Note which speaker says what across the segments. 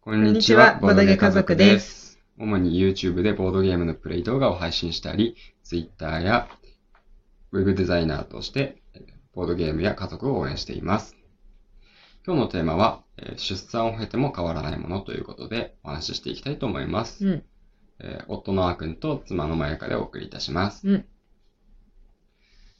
Speaker 1: こ。
Speaker 2: んにちはボードゲ家族です
Speaker 1: 主に YouTube でボードゲームのプレイ動画を配信したり、Twitter や Web デザイナーとして、えーボードゲームや家族を応援しています。今日のテーマは、えー出産を経ても変わらないものということでお話ししていきたいと思います。
Speaker 2: うん。
Speaker 1: えー夫のあーくんと妻のまやかでお送りいたします。
Speaker 2: うん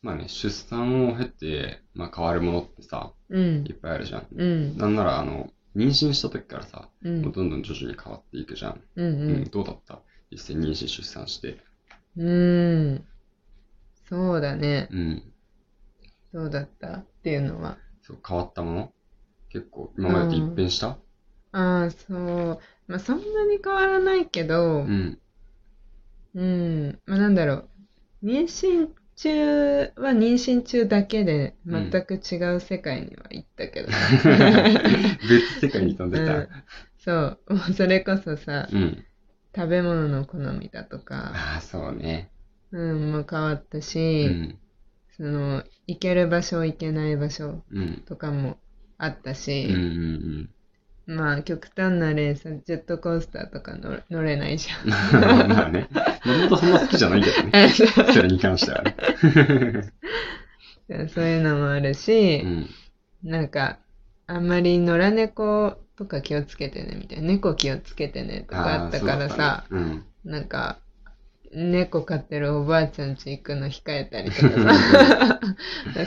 Speaker 1: まあね、出産を経て、まあ、変わるものってさ、
Speaker 2: うん
Speaker 1: い。っぱいあるじゃん。
Speaker 2: うん。
Speaker 1: なんなら、あの、妊娠した時からさ、
Speaker 2: う。
Speaker 1: もうんどんどん徐々に変わっていくじゃん。
Speaker 2: う
Speaker 1: うん
Speaker 2: ん。
Speaker 1: どうだった実際妊娠、出産して。
Speaker 2: うん。そうだね。
Speaker 1: うん。
Speaker 2: どうだったっていうのは。
Speaker 1: そう、変わったもの結構、今までと一変した
Speaker 2: ああ、そう。まあ、そんなに変わらないけ
Speaker 1: う
Speaker 2: ど、
Speaker 1: ん。
Speaker 2: うん。まあ、なんだろう。妊娠中は妊娠中だけで、
Speaker 1: うん
Speaker 2: 全く違う世界には行ったけど。
Speaker 1: 別世界に飛んで
Speaker 2: うん
Speaker 1: た。
Speaker 2: そう。もうそれこそさ、
Speaker 1: うん。
Speaker 2: 食べ物の好みだとか、
Speaker 1: ああ、そうね。
Speaker 2: うん、もう変わった
Speaker 1: う
Speaker 2: し、
Speaker 1: ん。
Speaker 2: その、行ける場所、行けない場所
Speaker 1: うん。
Speaker 2: とかもあった
Speaker 1: う
Speaker 2: し、
Speaker 1: んうん
Speaker 2: まあ極端な例さジェットコースターとか乗れ乗れないじゃ
Speaker 1: うん。まあね。もともとそんな好きじゃないけどね。
Speaker 2: んそ
Speaker 1: それに関しては ね。
Speaker 2: うそういうのもある
Speaker 1: う
Speaker 2: し、
Speaker 1: ん。
Speaker 2: なんかあんまり野良猫とか気をつけてねみたいな猫気をつけてねとかあったからさ、
Speaker 1: そうだったね
Speaker 2: なんか猫飼ってるおばあちゃん家行くの控えたりとかさ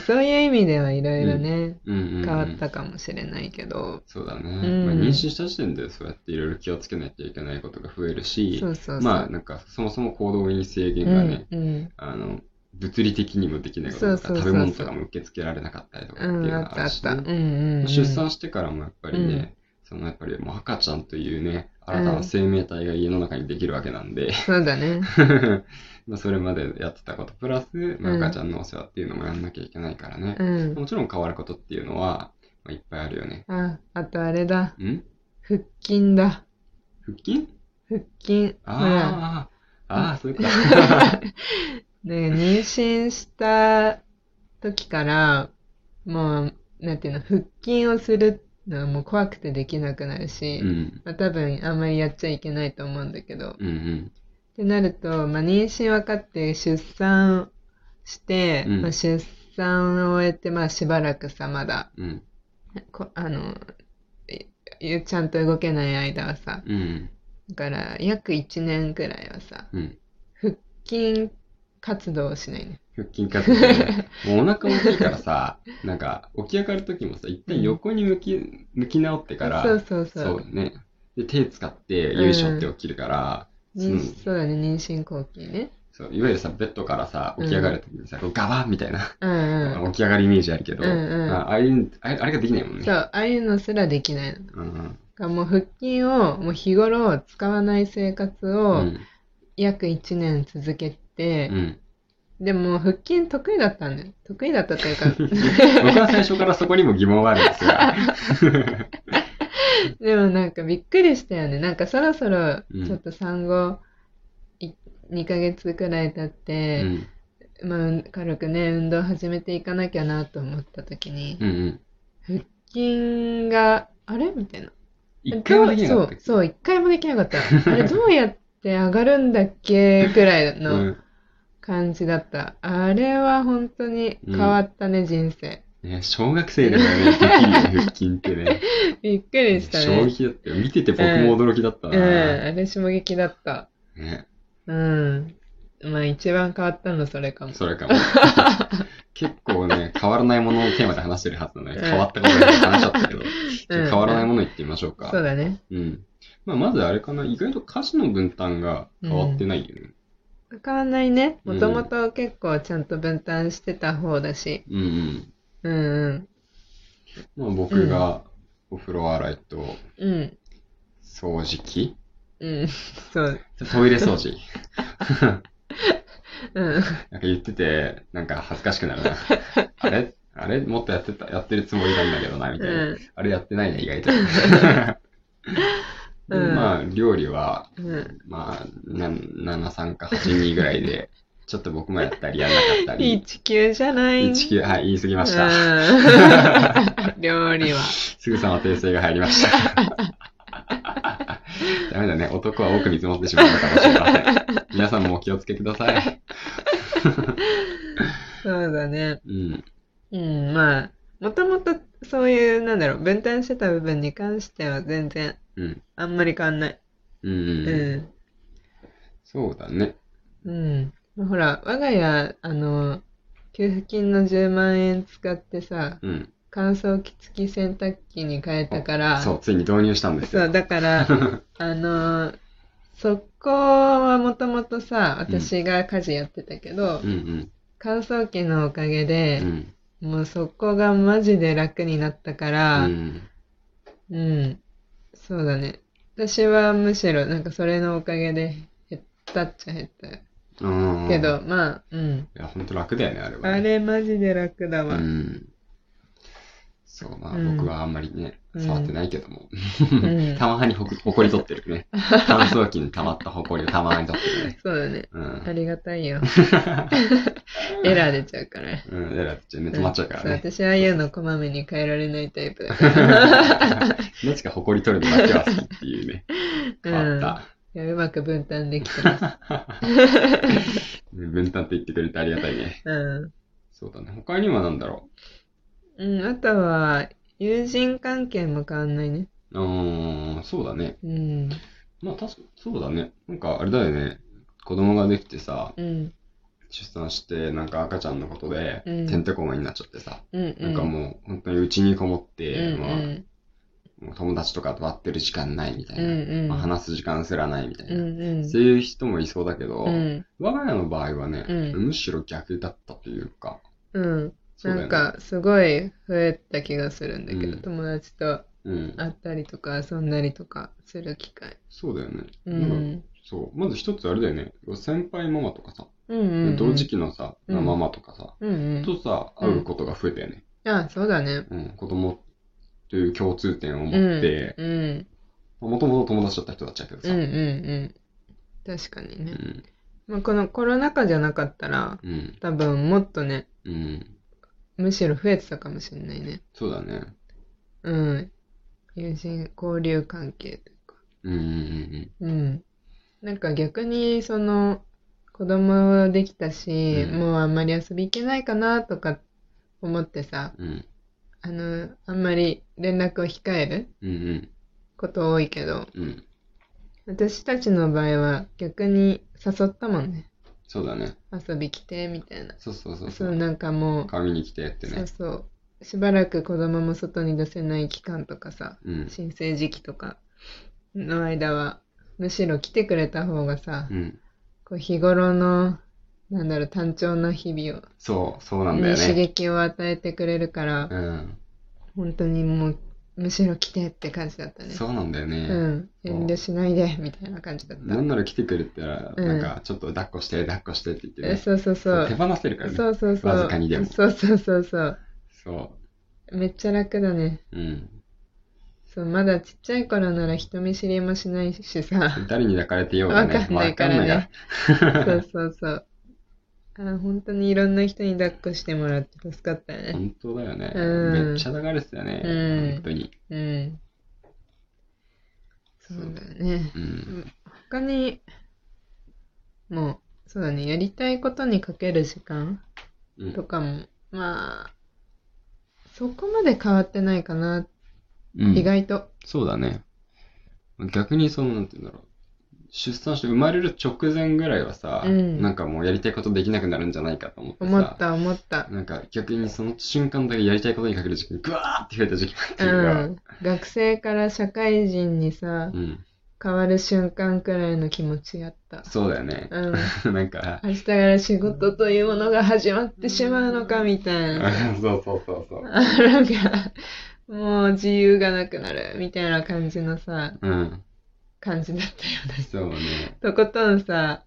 Speaker 2: そういう意味ではいろいろね、
Speaker 1: うん。うんうんうん
Speaker 2: 変わったかもしれないけど、
Speaker 1: そうだね。
Speaker 2: ん
Speaker 1: まあ、妊娠した時点でそうやっていろいろ気をつけないといけないことが増えるし、
Speaker 2: そうそうそう、
Speaker 1: まあなんかそもそも行動に制
Speaker 2: う
Speaker 1: 限がね
Speaker 2: ん、うん
Speaker 1: あの物理的にもできないこととか
Speaker 2: そうそうそうそ
Speaker 1: 食
Speaker 2: う
Speaker 1: べ物とかも受け付けられなかったりとかって
Speaker 2: う、
Speaker 1: いうんの
Speaker 2: あっ
Speaker 1: があ
Speaker 2: たあ
Speaker 1: る
Speaker 2: っ。
Speaker 1: したね、
Speaker 2: うんうんうん、
Speaker 1: 出産してからもやっぱりね、そのやっぱりもう赤ちゃんというね新たな生命体が家の中にできるわけなん で、
Speaker 2: そうだね。
Speaker 1: まあそれまでやってたことプラス、まあ
Speaker 2: うん
Speaker 1: 赤ちゃんのお世話っていうのもやんなきゃいけないからね、
Speaker 2: うん。
Speaker 1: もちろん変わることっていうのは、まあ、いっぱいあるよね
Speaker 2: あ、あとあれだ。
Speaker 1: ん
Speaker 2: 腹筋だ。
Speaker 1: 腹筋
Speaker 2: 腹筋。ほら。
Speaker 1: ああ、ああ、そういうこと
Speaker 2: ね、妊娠した時から、もう、なんていうの、腹筋をするのはもう怖くてできなくなるし、
Speaker 1: うん。
Speaker 2: まあ多分あんまりやっちゃいけないと思うんだけど。っ
Speaker 1: うんうん。
Speaker 2: てなると、まあ妊娠分かって出産して、
Speaker 1: うん
Speaker 2: まあ出産を終えて、まあしばらくさ、まだ、
Speaker 1: うん。
Speaker 2: こあの、いちゃんと動けない間はさ、
Speaker 1: うん。
Speaker 2: だから約1年くらいはさ
Speaker 1: うん。
Speaker 2: 腹筋活動をしないね
Speaker 1: 腹筋活動ね。もうお腹大きいから さ、なんか、起き上がる時もさ、一
Speaker 2: うん
Speaker 1: 旦横に向き、向き直ってから、
Speaker 2: そうそうそう
Speaker 1: そうね。で、手使って、よいしょって起きるから、そ
Speaker 2: 妊
Speaker 1: の
Speaker 2: そうだね妊娠後期ね
Speaker 1: そういわゆるさ、ベッドからさ、起き上がる時にさ、こうガバンみたいな、
Speaker 2: うんうん
Speaker 1: 起き上がるイメージあるけど、
Speaker 2: うんうん
Speaker 1: あああいうあれあれができないもんね。
Speaker 2: そうああいうのすらできないのだか
Speaker 1: うん
Speaker 2: らもう腹筋をもう日頃使わない生活
Speaker 1: う
Speaker 2: を
Speaker 1: ん。
Speaker 2: 約1年続け
Speaker 1: う
Speaker 2: て、
Speaker 1: ん。
Speaker 2: でも腹筋得意だったんだよ得意だった というか
Speaker 1: 僕は最初からそこにも疑問があるん ですが、
Speaker 2: でもなんかびっくりしたよねなんかそろそろ
Speaker 1: うん
Speaker 2: ちょっと産後2ヶ月くらい経っ
Speaker 1: う
Speaker 2: て、
Speaker 1: ん。
Speaker 2: まあうん、軽くね運動始めていかなきゃなと思った時に
Speaker 1: うんうん。
Speaker 2: 筋があれみたいな
Speaker 1: 一回もできなかった
Speaker 2: そうそう一回もできなかったあれどうやって上がるんだっけくらいうの
Speaker 1: ん
Speaker 2: 感じだった、あれは本当に変わったね、人生
Speaker 1: ね、小学生でもね、できるよね、腹筋ってね。
Speaker 2: びっくりした
Speaker 1: 衝
Speaker 2: ね
Speaker 1: 撃だったよ。見てて僕も驚きだった
Speaker 2: うん
Speaker 1: な。
Speaker 2: あれ衝撃だった
Speaker 1: ね、
Speaker 2: うんまあ一番変わったのそれかも
Speaker 1: それかも。 結構ね、変わらないものをテーマで話してるはずなのに、
Speaker 2: うん
Speaker 1: 変わったことで話しちゃったけど、
Speaker 2: うん
Speaker 1: 変わらないもの言ってみましょうか。
Speaker 2: そうだね
Speaker 1: うん。まあ、まずあれかな、意外と歌詞の分担が変わってないよね。
Speaker 2: 変わんないね
Speaker 1: う
Speaker 2: も
Speaker 1: ん
Speaker 2: ともと結構ちゃんと分担してた方だし
Speaker 1: うんうん。
Speaker 2: うんうん
Speaker 1: まあ、僕がお風呂洗いと
Speaker 2: うん。
Speaker 1: 掃除機、
Speaker 2: うん。 そう。
Speaker 1: トイレ掃除。
Speaker 2: うん。
Speaker 1: なんか言ってて、なんか恥ずかしくなるな。あれあれもっとやってた、やってるつもりなんだけどな、みたいな。
Speaker 2: うん
Speaker 1: あれやってないね、意外と。で
Speaker 2: うん
Speaker 1: まあ、料理は、
Speaker 2: うん
Speaker 1: まあ、な73か82ぐらいで、ちょっと僕もやったり、やんなかったり。
Speaker 2: 19じゃない
Speaker 1: 19、はい、言い過ぎました。
Speaker 2: うん料理は。
Speaker 1: すぐさま訂正が入りました。ね、男は多く見積もってしまうのかもしれません。皆さんもお気をつけくださ い。
Speaker 2: そうだね。
Speaker 1: うん。
Speaker 2: うん、まあ、もともとそういう、なんだろう、分担してた部分に関しては全然
Speaker 1: うん。
Speaker 2: あんまり変わんない。
Speaker 1: うん。
Speaker 2: うん。
Speaker 1: そうだね。
Speaker 2: うん。ほら、我が家、あの、給付金の10万円使ってさ、
Speaker 1: うん。
Speaker 2: 乾燥機付き洗濯機に変えたから、
Speaker 1: そう、ついに導入したんです
Speaker 2: そ
Speaker 1: よ。
Speaker 2: う、だから、あの、そこはもともとさ、私が家事やってたけど、
Speaker 1: うんうん。
Speaker 2: 乾燥機のおかげ
Speaker 1: う
Speaker 2: で、
Speaker 1: ん。
Speaker 2: もうそこがマジで楽になったか
Speaker 1: う
Speaker 2: ら、
Speaker 1: ん。
Speaker 2: うん、そうだね。私はむしろ、なんかそれのおかげで減ったっちゃ減った
Speaker 1: うん
Speaker 2: け。ど、まあ、うん。
Speaker 1: いや、ほんと楽だよね、あれは、ね。
Speaker 2: あれマジで楽だわ。
Speaker 1: う。
Speaker 2: うん
Speaker 1: そう、まあ、
Speaker 2: うん
Speaker 1: 僕はあんまりね、
Speaker 2: うん
Speaker 1: 触ってないけども。
Speaker 2: ん
Speaker 1: たまにほく、ほこり取ってる ね。乾燥機に溜まったほこりをたまに取ってるね。
Speaker 2: そうだね。
Speaker 1: う
Speaker 2: あ
Speaker 1: ん。
Speaker 2: りが たいよ。 エラー出ちゃうから。
Speaker 1: うん、エラーってね、止まっちゃうからね。
Speaker 2: そう私ああいうのこまめに変えられないタイプだ から。
Speaker 1: どっちかほこり取るのだけは好きっていうね。変わった。
Speaker 2: うん、いやうまく分担できてます。
Speaker 1: 分担って言ってくれてありがたいね。
Speaker 2: うん。
Speaker 1: そうだね。他には何だろ
Speaker 2: うん、あとは、友人関係も変わんないね。
Speaker 1: う。うーん、そうだね。
Speaker 2: うん。
Speaker 1: まあ、確かそうだね。なんか、あれだよね。子供ができてさ、
Speaker 2: うん。
Speaker 1: 出産して、なんか赤ちゃんのことで、
Speaker 2: うん
Speaker 1: てんてこまになっちゃってさ、
Speaker 2: うん、う
Speaker 1: なんかもう、本当にうちにこもって、
Speaker 2: うん、
Speaker 1: まあ
Speaker 2: うん、
Speaker 1: もう友達とかと会ってる時間ないみたいな、
Speaker 2: うんうん
Speaker 1: まあ、話す時間すらないみたいな、
Speaker 2: うん、うん。
Speaker 1: そういう人もいそうだけど、
Speaker 2: うん、
Speaker 1: 我が家の場合はね、
Speaker 2: うん
Speaker 1: むしろ逆だったというか、
Speaker 2: うん。
Speaker 1: そうだ
Speaker 2: な
Speaker 1: よね
Speaker 2: んか、すごい増えた気がするんだけど、
Speaker 1: うん
Speaker 2: 友達と
Speaker 1: うん、
Speaker 2: 会ったりとか遊んだりとかする機会。
Speaker 1: そうだよね。
Speaker 2: う
Speaker 1: なんか
Speaker 2: ん。
Speaker 1: そう、まず一つあれだよね、先輩ママとかさ、
Speaker 2: うんうんうん。
Speaker 1: 同時期のさ、
Speaker 2: うん
Speaker 1: ママとかさ、
Speaker 2: うん
Speaker 1: とさ、
Speaker 2: うん
Speaker 1: 会うことが増えたよね。
Speaker 2: うん。あ、そうだね。
Speaker 1: うん、子供という共通点を持
Speaker 2: うん。
Speaker 1: って、
Speaker 2: うん。
Speaker 1: もともと友達だった人だっちゃうけど
Speaker 2: うん
Speaker 1: さ、
Speaker 2: うんうん。確かに
Speaker 1: う
Speaker 2: ね。
Speaker 1: ん、
Speaker 2: まあ、このコロナ禍じゃなかったら、
Speaker 1: うん、
Speaker 2: 多分もっとね、
Speaker 1: うん、
Speaker 2: むしろ増えてたかもしれないね。
Speaker 1: そうだね。
Speaker 2: うん。友人、交流関係というか。
Speaker 1: うん、うん、
Speaker 2: うん。なんか逆に、その、子供できたし、
Speaker 1: うん
Speaker 2: もうあんまり遊び行けないかなとか思ってさ、
Speaker 1: うん、うん、
Speaker 2: あの、あんまり連絡を控える
Speaker 1: うん、うん、
Speaker 2: こと多いけど、
Speaker 1: うん、
Speaker 2: 私たちの場合は逆に誘ったもんね。
Speaker 1: そうだね。
Speaker 2: 遊び来て、みたいな。
Speaker 1: そうそうそうそ
Speaker 2: そうう、。なんかもう、
Speaker 1: 紙に来てって
Speaker 2: そう
Speaker 1: ね。
Speaker 2: そう。しばらく子供も外に出せない期間とかさ、
Speaker 1: うん、
Speaker 2: 申請時期とかの間は、むしろ来てくれた方がさ、
Speaker 1: うん、
Speaker 2: こう日頃の、なんだろう、単調な日々を、
Speaker 1: そう、そうなんだよ
Speaker 2: に刺
Speaker 1: ね。
Speaker 2: 激を与えてくれるから、
Speaker 1: うん、
Speaker 2: 本当にもう、むしろ来てって感じだったね。
Speaker 1: そうなんだよ
Speaker 2: う
Speaker 1: ね。
Speaker 2: ん。遠慮しないで、みたいな感じだった。
Speaker 1: なんなら来てくれたら、
Speaker 2: うん
Speaker 1: なんか、ちょっと抱っこして、抱っこしてって言って
Speaker 2: え
Speaker 1: ね。
Speaker 2: そうそうそう
Speaker 1: 手。放せるからね。
Speaker 2: そうそうそう。
Speaker 1: わずかにでも
Speaker 2: そうそうそうそう。
Speaker 1: そ
Speaker 2: めっちゃ楽だね。
Speaker 1: う。うん。
Speaker 2: そう、まだちっちゃい頃なら人見知りもしないしさ。
Speaker 1: 誰に抱かれてようがね、
Speaker 2: わかんないからね
Speaker 1: わかんないか
Speaker 2: そ
Speaker 1: ら
Speaker 2: うそうそう。あー本当にいろんな人に抱っこしてもらって助かったよ ね。
Speaker 1: 本当だよね。
Speaker 2: うん
Speaker 1: めっちゃ抱かれてたよね。
Speaker 2: うん
Speaker 1: 本当に。
Speaker 2: うん。そうだよね。
Speaker 1: うん。
Speaker 2: 他に、もう、そうだね、やりたいことにかける時間
Speaker 1: うん
Speaker 2: とかも、まあ、そこまで変わってないかな、
Speaker 1: うん
Speaker 2: 意外と。
Speaker 1: そうだね。逆にその、なんて言うんだろう。出産して生まれる直前ぐらいはさ、
Speaker 2: うん
Speaker 1: なんかもうやりたいことできなくなるんじゃないかと思ってさ、
Speaker 2: 思った、思った。
Speaker 1: なんか逆にその瞬間だけやりたいことにかける時間、ぐわーって増えた時期って
Speaker 2: う
Speaker 1: いうか、
Speaker 2: ん。学生から社会人にさ
Speaker 1: う、ん、
Speaker 2: 変わる瞬間くらいの気持ちやった。
Speaker 1: そうだよね。
Speaker 2: うん。
Speaker 1: なんか、
Speaker 2: 明日から仕事というものが始まってしまうのかみたいな。
Speaker 1: そうそうそうそう。
Speaker 2: なんか、もう自由がなくなるみたいな感じのさ、
Speaker 1: うん、
Speaker 2: 感じだったよね。
Speaker 1: そうね。
Speaker 2: とことんさ、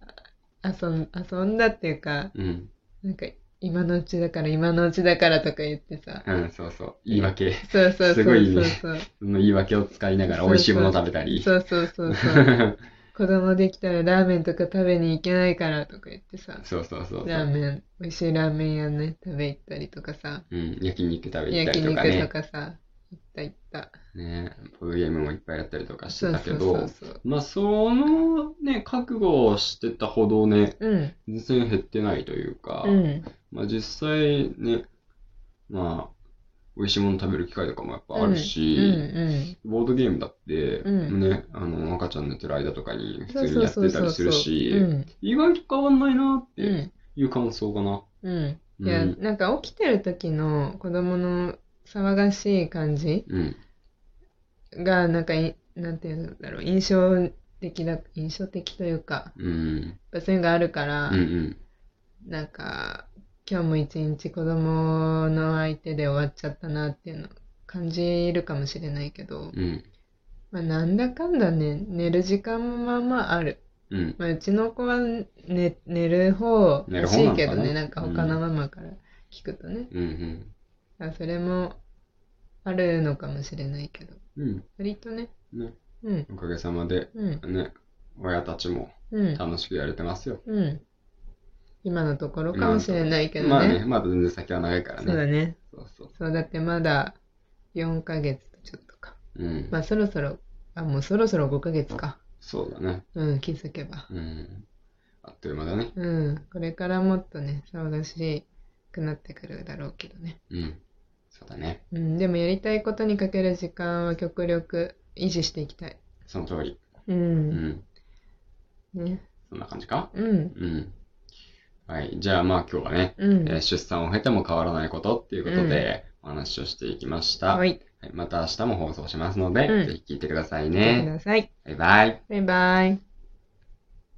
Speaker 2: 遊ん遊んだっていうか、
Speaker 1: うん、
Speaker 2: なんか、今のうちだから今のうちだからとか言ってさ。
Speaker 1: うん、そうそう。言い訳。
Speaker 2: そうそうそ
Speaker 1: す
Speaker 2: う
Speaker 1: ごいね
Speaker 2: そう
Speaker 1: その言い訳を使いながら美味しいもの食べたり。
Speaker 2: そう。そうそうそうそう。子供できたらラーメンとか食べに行けないからとか言ってさ、
Speaker 1: そうそうそうそう。
Speaker 2: ラーメン、美味しいラーメン屋ね、食べ行ったりとかさ。
Speaker 1: うん、焼肉食べに行った
Speaker 2: 焼
Speaker 1: りとか
Speaker 2: 肉
Speaker 1: ね
Speaker 2: と。かさ、行った行った。
Speaker 1: ね、ボードゲームもいっぱいやったりとかし
Speaker 2: そ
Speaker 1: て
Speaker 2: う
Speaker 1: たけ
Speaker 2: そう
Speaker 1: ど、
Speaker 2: そうそう。
Speaker 1: まあ、そのね、覚悟をしてたほどね、
Speaker 2: うん。
Speaker 1: 全然減ってないというか、
Speaker 2: うん。
Speaker 1: まあ、実際ね、まあ、美味しいもの食べる機会とかもやっぱあるし、
Speaker 2: うん
Speaker 1: ボードゲームだって、
Speaker 2: うん
Speaker 1: ね、あの、赤ちゃん寝てる間とかに
Speaker 2: うん。
Speaker 1: 普
Speaker 2: そう
Speaker 1: 通
Speaker 2: そ
Speaker 1: に
Speaker 2: う
Speaker 1: やっ
Speaker 2: そう
Speaker 1: てた
Speaker 2: そう。
Speaker 1: りするし、
Speaker 2: うん。
Speaker 1: 意外と変わんないなっ
Speaker 2: う
Speaker 1: て
Speaker 2: ん。
Speaker 1: いう感想かな。
Speaker 2: うん。
Speaker 1: う
Speaker 2: いや、
Speaker 1: ん。
Speaker 2: なんか起きてる時の子供の騒がしい感じ
Speaker 1: うん。
Speaker 2: が、なんかい、なんていうんだろう、印象的だ、印象的というか、
Speaker 1: うん。
Speaker 2: やっぱそういうのがあるから、
Speaker 1: うん。うん。
Speaker 2: なんか、今日も一日子供の相手で終わっちゃったなっていうの感じるかもしれないけど、
Speaker 1: うん。
Speaker 2: まあ、なんだかんだね、寝る時間もまあまあある。
Speaker 1: うん。
Speaker 2: まあ、うちの子は寝寝る方
Speaker 1: 寝
Speaker 2: ら
Speaker 1: る方な
Speaker 2: し
Speaker 1: いのかな
Speaker 2: けどね、なんか他
Speaker 1: う
Speaker 2: のママから聞くとね。
Speaker 1: うん。
Speaker 2: あそれもあるのかもしれないけど、
Speaker 1: うん。
Speaker 2: 割とね、
Speaker 1: ね、
Speaker 2: うん、
Speaker 1: おかげさまで、
Speaker 2: うん、
Speaker 1: ね、親たちも
Speaker 2: うん、
Speaker 1: 楽しくやれてますよ。
Speaker 2: うん。今のところかもしれないけどね。
Speaker 1: まあね、まだ全然先は長いからね。
Speaker 2: そうだね。
Speaker 1: そうそう
Speaker 2: そうだってまだ4ヶ月とちょっとか。
Speaker 1: うん。
Speaker 2: まあそろそろ、あ、もうそろそろ5ヶ月か。
Speaker 1: そうだね。
Speaker 2: うん、気づけば。
Speaker 1: うん。あっという間だね。
Speaker 2: うん、これからもっとね、騒がしくなってくるだろうけどね。
Speaker 1: うん。そうだね。
Speaker 2: うん、でもやりたいことにかける時間は極力維持していきたい。
Speaker 1: その通り。
Speaker 2: う、
Speaker 1: うんん。
Speaker 2: ね。
Speaker 1: そんな感じか
Speaker 2: うん、
Speaker 1: うん。はい。じゃあまあ今日はね、
Speaker 2: うん。
Speaker 1: えー出産を経ても変わらないことっていうことでお話をしていきました。
Speaker 2: はい。
Speaker 1: はいまた明日も放送しますので、
Speaker 2: うん
Speaker 1: ぜひ聞いてください
Speaker 2: 見て
Speaker 1: ね。
Speaker 2: ください。
Speaker 1: バイバイ。
Speaker 2: バイバイ。